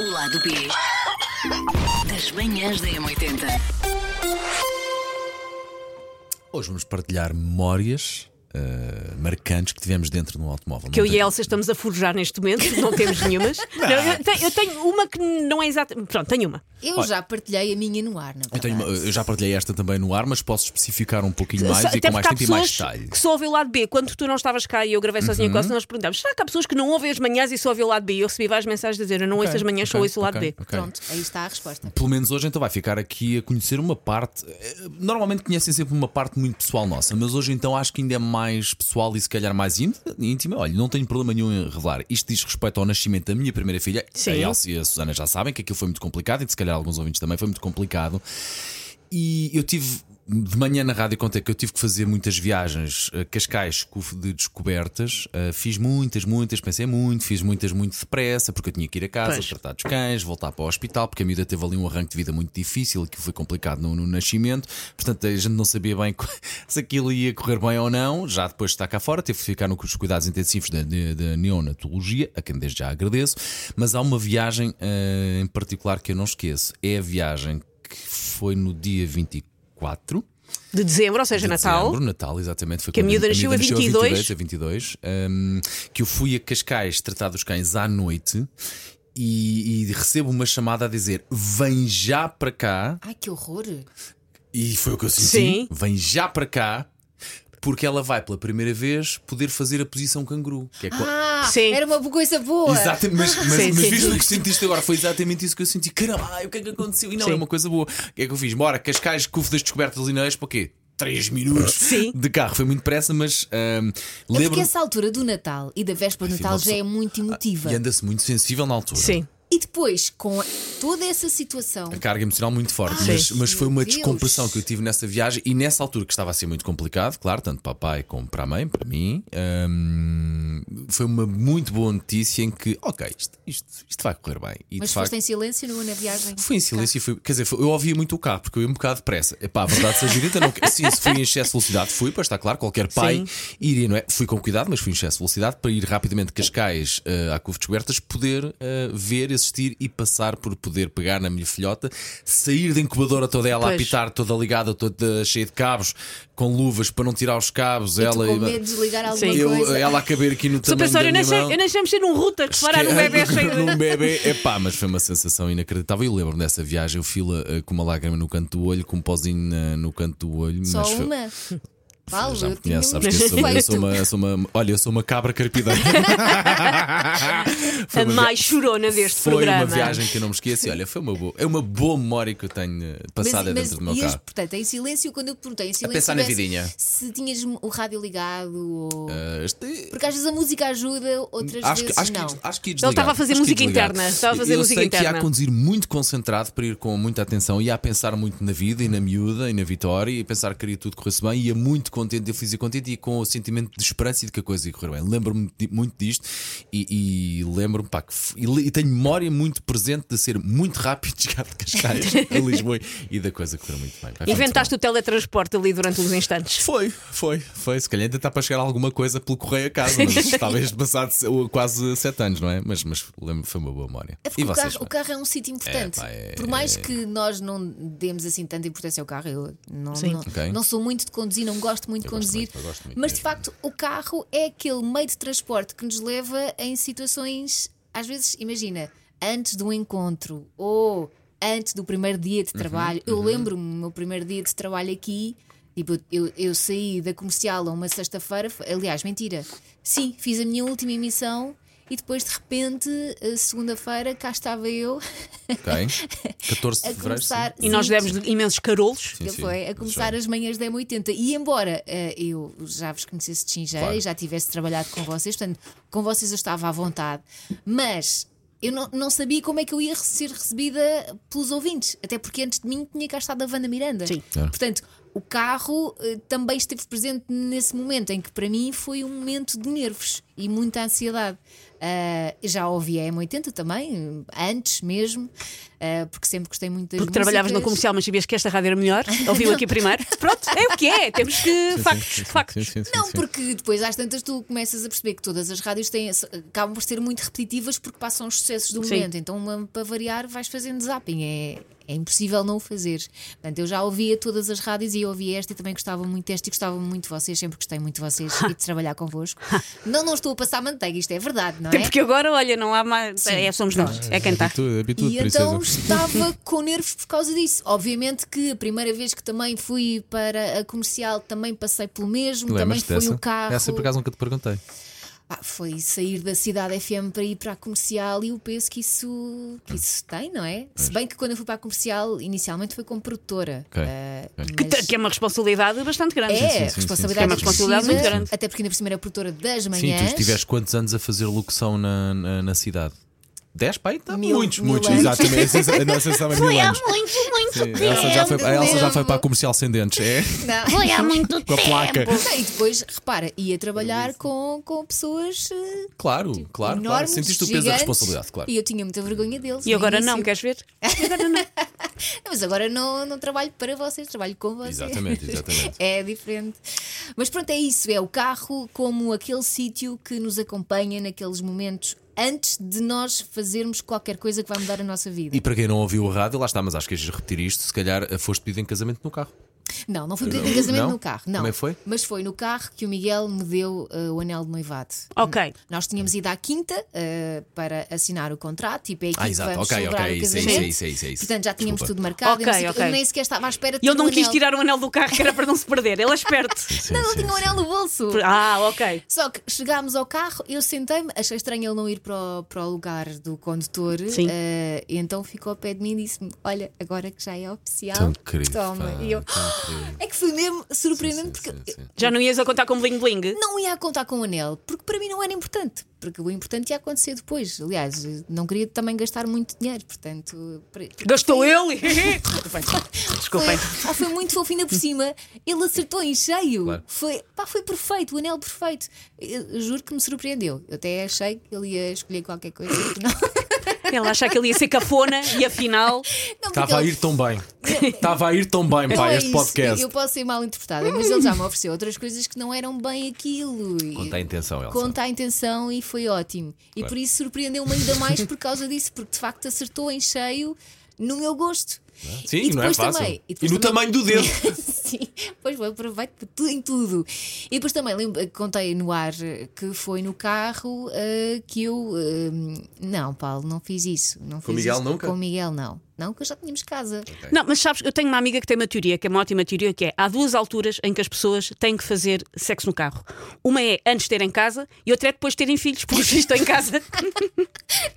O lado B das manhãs da M80. Hoje vamos partilhar memórias eh, marcantes que tivemos dentro de um automóvel. Que eu Não e tem- a Elsa estamos a forjar neste momento, não temos nenhumas. Não, eu, tenho, eu tenho uma que não é exata. Pronto, tenho uma. Eu já partilhei a minha no ar, não Eu, tenho uma- eu já partilhei esta também no ar, mas posso especificar um pouquinho mais Só- e com Até mais porque há tempo e mais Uhum. pessoas detalhe. que só ouvem o lado B. Quando tu não estavas cá e eu gravei sozinha com a Elsa, nós perguntámos: será que há pessoas que não ouvem as manhãs e só ouvem o lado B? E eu recebi várias mensagens a dizer: eu não ouço as manhãs, só Ok, ouço o lado ok, B. ok. Pronto, aí está a resposta. Pelo menos hoje então vai ficar aqui a conhecer uma parte. eh, Normalmente conhecem sempre uma parte muito pessoal nossa, mas hoje então acho que ainda é mais pessoal e se calhar mais ín- íntima. Olha, não tenho problema nenhum em revelar. Isto diz respeito ao nascimento da minha primeira filha. Sim. A Elsa e a Susana já sabem que aquilo foi muito complicado e que se calhar alguns ouvintes também foi muito complicado. E eu tive de manhã na rádio contei que eu tive que fazer muitas viagens a Cascais cufo de descobertas. Ah, fiz muitas, muitas, pensei muito, fiz muitas muito depressa, porque eu tinha que ir a casa, Pois. tratar dos cães, voltar para o hospital, porque a miúda teve ali um arranque de vida muito difícil, que foi complicado no, no nascimento. Portanto, a gente não sabia bem co- se aquilo ia correr bem ou não. Já depois de estar cá fora, teve que ficar nos cuidados intensivos da, da, da neonatologia, a quem desde já agradeço. Mas há uma viagem ah, em particular que eu não esqueço. É a viagem que foi no dia 24 De dezembro, ou seja, de Natal. dezembro, Natal, exatamente. Foi Que a quando miúda nasceu a 22. a 22, hum, que eu fui a Cascais tratar dos cães à noite e, e recebo uma chamada a dizer: Vem já para cá. Ai, que horror! E foi o que eu senti: Sim. Vem já para cá. Porque ela vai pela primeira vez poder fazer a posição canguru. Que é co- Ah, Sim. era uma coisa boa! Exatamente, mas, mas, Sim, mas sim. viste o que sentiste agora? Foi exatamente isso que eu senti. Caramba, ai, o que é que aconteceu? E não, Sim. é uma coisa boa. O que é que eu fiz? Bora, Cascais, Cufo das Descobertas Lineiras, para quê? 3 minutos Sim. de carro. Foi muito pressa, mas ahm, É porque lembro. essa altura do Natal e da véspera do Ai, Natal filho, já é muito emotiva. E anda-se muito sensível na altura. Sim. E depois, com toda essa situação, A carga emocional muito forte, Ai, mas, mas foi uma meu Deus. descompressão que eu tive nessa viagem e nessa altura que estava a ser muito complicado, claro, tanto para o pai como para a mãe, para mim, ahm, foi uma muito boa notícia em que, ok, isto, isto, isto vai correr bem. E mas de facto, foste em silêncio no- na viagem. Fui em silêncio e fui. Quer dizer, foi- eu ouvia muito o carro, porque eu ia um bocado depressa. Epá, a verdade seja dita, não. Sim, se fui em excesso de velocidade, fui, para estar claro, qualquer pai iria, não é? Fui com cuidado, mas fui em excesso de velocidade para ir rapidamente de Cascais eh, à Curva Descobertas, poder eh, ver, assistir e passar por poder pegar na minha filhota, sair da incubadora toda ela a Pois. apitar, toda ligada, toda cheia de cabos, com luvas para não tirar os cabos, Tu ela com medo de desligar alguma Sim. eu- coisa. ela a caber aqui no Só tamanho pensar, da eu minha nasci- mão. eu nascemos ser num ruta que parar Esque- num um bebê cheio de. Num um bebê, epá, mas foi uma sensação inacreditável. Eu lembro dessa viagem, eu fila eh, com uma lágrima no canto do olho, com um pozinho na- no canto do olho. Só mas foi- uma. Paulo, Já me eu tinha conheces, um sabes que eu sou, uma- eu sou defeito. uma, eu sou uma- Olha, eu sou uma cabra carpideira. Foi A uma mais chorona deste Foi programa. uma viagem que eu não me esqueci. Olha, foi uma boa, é uma boa memória que eu tenho eh, passada dentro do meu ias, carro. portanto, em silêncio, quando eu te perguntei, em silêncio, pensar na tivesse- vidinha. se tinhas o rádio ligado ou. Eh, este- Porque às vezes a música ajuda, outras Acho que, vezes acho, que, não. acho que ia Ele estava a desligar, acho que fazer ia música desligar. interna, estava a fazer eu música sei que ia interna. a conduzir muito concentrado para ir com muita atenção, ia a pensar muito na vida e na miúda e na vitória e a pensar que queria tudo corresse bem, ia muito contente, eu fiz e contente e com o sentimento de esperança e de que a coisa ia correr bem. Lembro-me de- muito disto e, e lembro-me, pá, que f- e, le- e tenho memória muito presente de ser muito rápido de chegar de Cascais a Lisboa e da coisa correr muito bem. Pá, foi muito Inventaste o teletransporte ali durante uns instantes. foi, foi, foi. Se calhar ainda está para chegar alguma coisa pelo correio a casa, mas talvez passado se- ou quase sete anos, não é? Mas, mas lembro foi uma boa memória. É porque e o, vocês? carro, o carro é um sítio importante. É, pá, é- Por mais que nós não demos assim tanta importância ao carro, eu não, Sim. não, Ok. não sou muito de conduzir, não gosto muito de gosto conduzir. muito, eu gosto muito mas de mesmo. facto, o carro é aquele meio de transporte que nos leva em situações, às vezes, imagina, antes de um encontro ou antes do primeiro dia Uhum, de trabalho. eu lembro-me do meu primeiro dia de trabalho aqui. Tipo, eu, eu saí da comercial a uma sexta-feira, foi- aliás, mentira. Sim, fiz a minha última emissão e depois de repente, a segunda-feira, cá estava eu Ok. 14 de a fevereiro. sim. começar. E nós sim, demos imensos carolos. Sim, sim. foi é? a começar as manhãs da M80. E embora eh, eu já vos conhecesse de Xingeira Claro. e já tivesse trabalhado com vocês, portanto, com vocês eu estava à vontade, mas eu não, não sabia como é que eu ia ser recebida pelos ouvintes, até porque antes de mim tinha cá estado a Wanda Miranda. Sim. É. Portanto, o carro eh, também esteve presente nesse momento em que para mim foi um momento de nervos e muita ansiedade. Ah, já ouvi a M80 também, antes mesmo, ah, porque sempre gostei muito das Porque trabalhavas no músicas. comercial, mas sabias que esta rádio era melhor? Ouviu aqui primeiro? Pronto, é o que é. Temos que. factos, factos. Não, porque depois às tantas tu começas a perceber que todas as rádios têm, acabam por ser muito repetitivas porque passam os sucessos do Sim. momento. Então, uma- para variar, vais fazendo zapping. É, é impossível não o fazer. Portanto, eu já ouvia todas as rádios e eu ouvia esta e também gostava muito desta e gostava muito de vocês. Sempre gostei muito de vocês e de trabalhar convosco. Não, não estou a passar manteiga, isto é verdade, não Até é? porque agora, olha, não há mais. É, somos nós. É quem está. Habitude, habitude, E então princesa. estava com nervos por causa disso. Obviamente que a primeira vez que também fui para a comercial também passei pelo mesmo, também Lembras-te foi dessa? o carro. Essa por acaso nunca te perguntei. Pá, foi sair da cidade FM para ir para a comercial e o peso que isso, que isso tem, não é? Se bem que quando eu fui para a comercial, inicialmente foi como produtora. Ok, Ah, ok. Que, mas te- que é uma responsabilidade bastante grande. É, sim, sim, sim. responsabilidade É uma responsabilidade muito acrescida, grande. Até porque ainda por cima era produtora das Sim, manhãs. tu estiveste quantos anos a fazer locução na, na, na cidade? 10 pai? Então, Mil- muitos, mil muitos, anos. exatamente. A sensação- A nossa sensação é mil anos. muito, muito Sim, a Elsa já foi, a Elsa já foi Lembro. para a comercial sem dentes, é? Não. Foi há muito Com a placa. E depois, repara, ia trabalhar com, com pessoas eh, Claro, Tipo, claro, claro. enormes, Sentiste o peso da gigantes, responsabilidade, claro. E eu tinha muita vergonha deles. E no agora não, início. queres ver? É, Mas agora não, não trabalho para vocês, trabalho com vocês. Exatamente, exatamente. É diferente. Mas pronto, é isso. É o carro como aquele sítio que nos acompanha naqueles momentos antes de nós fazermos qualquer coisa que vai mudar a nossa vida. E para quem não ouviu o rádio, lá está, mas acho que é giro repetir isto. Se calhar eh, foste pedido em casamento no carro. Não, não foi pedido em casamento Não? no carro. Não. Também foi? Mas foi no carro que o Miguel me deu eh, o anel de noivado. Ok. Nós tínhamos ido à quinta eh, para assinar o contrato, tipo, é aqui Ah, que exato. vamos Ok, celebrar ok, o isso é isso, casamento. é isso, é isso, é isso. Portanto, já tínhamos Desculpa. tudo marcado. eu não Ok, sei o quê. ok. Eu nem sequer estava à espera de E ter ele não um quis anel. tirar o anel do carro, que era para não se perder. Ele é esperto. Não, ele tinha um anel no bolso. Ah, ok. Só que chegámos ao carro, eu sentei-me, achei estranho ele não ir para o, para o lugar do condutor, Sim. eh, e então ficou ao pé de mim e disse-me: Olha, agora que já é oficial, Tão querido. toma. pá, E eu, tão querido. é que foi mesmo surpreendente Sim, porque sim, sim. Já não ias a contar com bling bling? eu não ia a contar com o anel, porque para mim não era importante, porque o importante ia acontecer depois. Aliás, eu não queria também gastar muito dinheiro, portanto. para- Gastou ele? Desculpem. Desculpem. Foi, ah, foi muito fofo ainda por cima. Ele acertou em cheio. Claro. Foi, pá, foi perfeito, o anel perfeito. Eu- eu juro que me surpreendeu. Eu até achei que ele ia escolher qualquer coisa. Não, Ele acha que ele ia ser cafona e afinal. não, porque Estava a ele- ir tão bem. Estava a ir tão bem, não pá, é este isso. podcast. Eu posso ser mal interpretada, mas ele já me ofereceu outras coisas que não eram bem aquilo. E- Conta a intenção, Elsa. Conta a intenção e foi ótimo. E por isso surpreendeu-me ainda mais por causa disso, porque de facto acertou em cheio no meu gosto. Sim, e não é depois fácil. também. E, depois no também- tamanho do dedo. Sim, pois vou aproveito para tudo em tudo. E depois também lembro, contei no ar eh, que foi no carro eh, que eu. eh, não, Paulo, não fiz isso. Não fiz o Miguel isso. nunca? Com o Miguel não. Não, que já tínhamos casa. Não, mas sabes, eu tenho uma amiga que tem uma teoria, que é uma ótima teoria, que é há duas alturas em que as pessoas têm que fazer sexo no carro. Uma é antes de terem casa e outra é depois de terem filhos, porque os filhos estão em casa.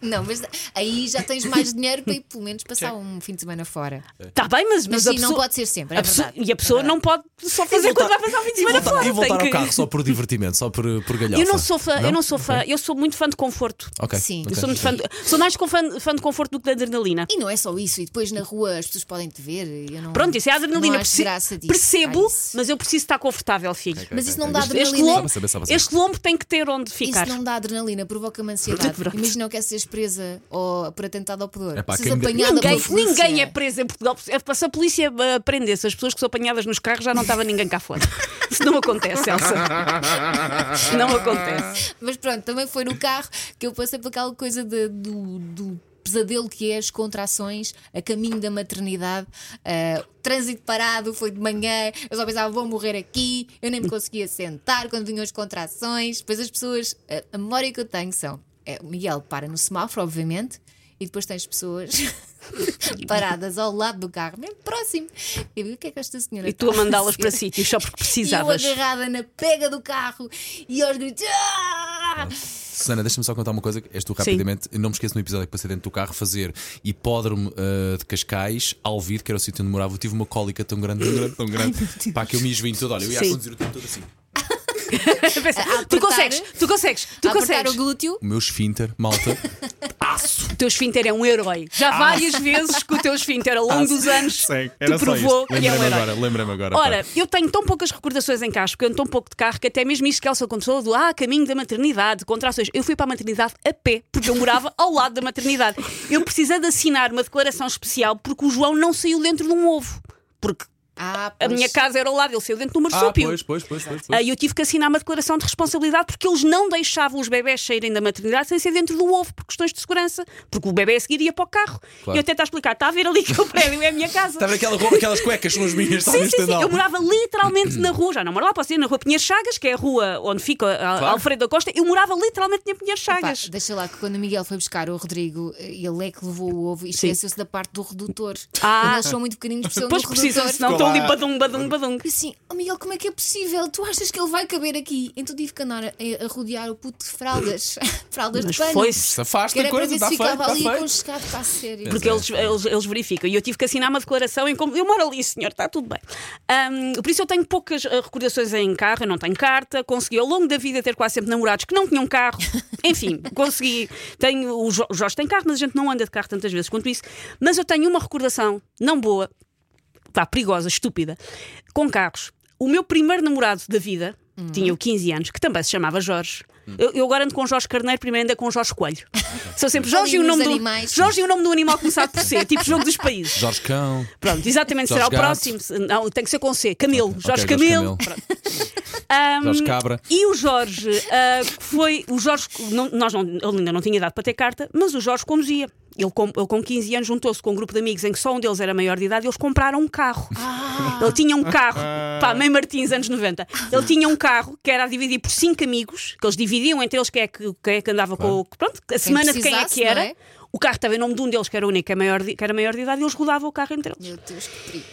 Não, mas aí já tens mais dinheiro para ir pelo menos passar um fim de semana fora. É. Está Tá bem, mas, Mas, a sim, não pessoa- pode ser sempre. a É pessoa- verdade. e a pessoa não pode só fazer quando vai passar o fim de E semana voltar- fora. e voltar tem ao que- carro só por divertimento, só por, por galhofa. Eu não sou fã, eu não sou fã, eu sou muito fã de conforto. Ok, Sim. ok. Eu sou muito fã, de- sou mais com fã, fã de conforto do que de adrenalina. E não é só isso. E depois na rua as pessoas podem te ver. e Eu não, Pronto, isso é a Não adrenalina. acho perce- graça disso. percebo, Ah, isso. mas eu preciso estar confortável, filho. Mas isso não dá Este- Este adrenalina. lombo, Sabe, sabe, sabe, sabe. este lombo tem que ter onde ficar. Isso não dá adrenalina, provoca-me ansiedade. Pronto. Imagina eu quero seres presa ou por atentado ao pudor. É pá, Precisas quem me- apanhada Ninguém, pela polícia. ninguém é preso em Portugal. É- Se a polícia eh, prendesse as pessoas que são apanhadas nos carros, já não estava ninguém cá fora. Isso não acontece, Elsa. Isso não acontece. Mas pronto, também foi no carro que eu passei por aquela coisa de- do, do pesadelo que é as contrações a caminho da maternidade. Ah, o trânsito parado, foi de manhã, eu só pensava vou morrer aqui, eu nem me conseguia sentar quando vinham as contrações. Depois as pessoas, eh, a, a memória que eu tenho são. é, o Miguel para no semáforo, obviamente, e depois tens pessoas. Paradas ao lado do carro, mesmo próximo. Eu vi o que é que esta senhora E tu a está mandá-las para fazer?" sítios só porque E eu precisavas. agarrada na pega do carro e aos gritos. "Ah!" Susana, deixa-me só contar uma coisa, és tu rapidamente, não me esqueço no episódio que passei dentro do carro fazer hipódromo ah, de Cascais, Alvide, que era o sítio onde morava, eu tive uma cólica tão grande, tão grande, tão grande, pá, que eu me esvim todo, olha, eu ia a Sim. conduzir o tempo todo assim. tu consegues, tu consegues, tu a apertar o consegues. glúteo. O meu esfínter, malta, aço, teu esfíncter é um herói. Já várias vezes que o teu esfíncter, ao longo dos anos, Sei, te provou que é um Lembra-me herói. agora, lembra-me agora. Ora, pá. eu tenho tão poucas recordações em carro, porque eu ando tão pouco de carro, que até mesmo isto que Elsa contou do ah, caminho da maternidade, contrações. Eu fui para a maternidade a pé, porque eu morava ao lado da maternidade. Eu precisei de assinar uma declaração especial porque o João não saiu dentro de um ovo. Porque Ah, a pois. minha casa era ao lado, ele saiu dentro de um ah, marsúpio. pois, pois, pois, pois. pois. Aí eu tive que assinar uma declaração de responsabilidade porque eles não deixavam os bebés saírem da maternidade sem ser dentro do ovo, por questões de segurança, porque o bebê a seguir ia para o carro. Claro. E eu tentar explicar, está a ver ali que o prédio é a minha casa. Estava aquela roupa, aquelas cuecas são as minhas, está no Sim, sim, sim. estandal. Eu morava literalmente na rua, já não moro lá, posso ir na rua Pinheiro Chagas, que é a rua onde fica a- a Alfredo da Costa. Eu morava literalmente na Pinheiro Pá, Chagas. deixa lá que quando o Miguel foi buscar o Rodrigo, ele é que levou o ovo e esqueceu-se da parte do redutor. Ah. Eles são muito pequeninos, precisam Depois do precisam, redutor. senão Ficou estão ali lá. badum, badum, badum. E assim, oh Miguel, como é que é possível? Tu achas que ele vai caber aqui? Então tive que andar a, a rodear o puto de fraldas, fraldas Mas de pano. foi-se. Se Que afasta era a para coisa, ver está se feito, ficava está ali feito. aconchegado, está a sério. Pois Porque é. eles, eles, eles verificam. E eu tive que assinar uma declaração em como. Eu moro ali, senhor, está tudo bem. Ahm, por isso eu tenho poucas ah, recordações em carro, eu não tenho carta. Consegui ao longo da vida ter quase sempre namorados que não tinham carro. Enfim, consegui. Tenho, o, jo, o Jorge tem carro, mas a gente não anda de carro tantas vezes quanto isso. Mas eu tenho uma recordação não boa, pá, perigosa, estúpida, com carros. O meu primeiro namorado da vida, Uhum. tinha eu 15 anos, que também se chamava Jorge. Eu, eu agora ando com Jorge Carneiro, primeiro ando com Jorge Coelho. São sempre Jorge e o Ali nos nome animais. do. Jorge e o nome do animal começado por C, tipo jogo dos países. Jorge Cão. Pronto, exatamente, Jorge será o Gato. próximo. Não, tem que ser com C. Camilo, Jorge Ok, Camilo. um, Ahm, Jorge Cabra. E o Jorge, ah, que foi. O Jorge, não- nós não, ele ainda não tinha idade para ter carta, mas o Jorge conduzia. Ele com, ele com 15 anos juntou-se com um grupo de amigos em que só um deles era maior de idade e eles compraram um carro. Ele tinha um carro, pá, Mãe Martins, anos 90. Ele tinha um carro que era a dividir por cinco amigos, que eles dividiam entre eles quem é que, quem é que andava com o. Pronto, a semana de quem é precisasse, que era. não é? O carro estava em nome de um deles, que era o único, que era maior de, que era maior de idade, e eles rodavam o carro entre eles. Meu Deus, que perigo.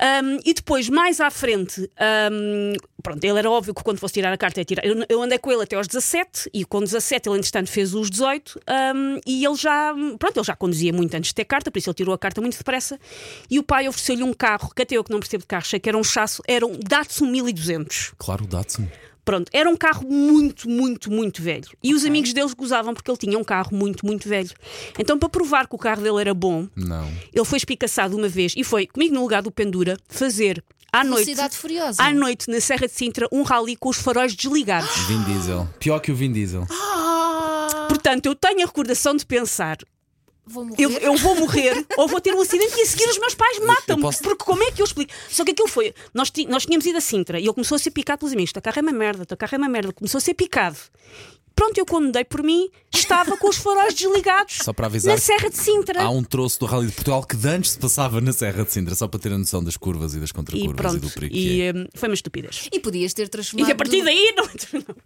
Um, e depois, mais à frente, um, pronto, ele era óbvio que quando fosse tirar a carta é tirar. Eu, eu andei com ele até aos 17 e com 17 ele, entretanto, fez os 18 um, e ele já, pronto, ele já conduzia muito antes de ter carta, por isso ele tirou a carta muito depressa. E o pai ofereceu-lhe um carro, que até eu que não percebo de carro, achei que era um chasso, era um Datsun 1200. Claro, o Datsun. Pronto, era um carro muito, muito, muito velho. E os amigos deles gozavam porque ele tinha um carro muito, muito velho. Então, para provar que o carro dele era bom, Não. ele foi espicaçado uma vez e foi comigo no lugar do Pendura fazer à noite, Velocidade furiosa. à noite na Serra de Sintra um rally com os faróis desligados. Vin Diesel. Pior que o Vin Diesel. Ah, Portanto, eu tenho a recordação de pensar: vou morrer. eu, eu vou morrer ou vou ter um acidente e a seguir os meus pais matam-me. eu posso- Porque como é que eu explico? Só que aquilo foi: nós, ti- nós tínhamos ido a Sintra e ele começou a ser picado pelos amigos. Teu carro é uma merda, teu carro é uma merda. Começou a ser picado. Pronto, eu quando dei por mim, estava com os faróis desligados Só para avisar na Serra de Sintra. Há um troço do Rally de Portugal que de antes se passava na Serra de Sintra, só para ter a noção das curvas e das E contracurvas e, pronto, do perigo que é. e hum, foi uma estupidez. E podias ter E transformado. a partir daí não.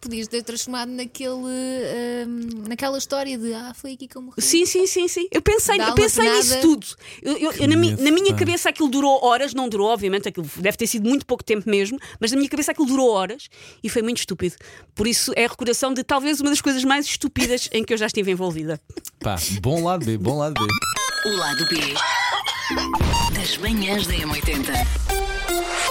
Podias ter transformado naquele. ahm, naquela história de ah, foi aqui que eu morri. Sim, sim, sim, sim. Eu pensei, Dá eu uma pensei nisso penada. tudo. Eu- eu- eu na, mi- na minha nefasta. cabeça aquilo durou horas, não durou, obviamente, aquilo deve ter sido muito pouco tempo mesmo, mas na minha cabeça aquilo durou horas e foi muito estúpido. Por isso é a recordação de talvez uma das coisas mais estúpidas em que eu já estive envolvida. Pá, bom lado B, bom lado B. é? O lado B das manhãs da M80.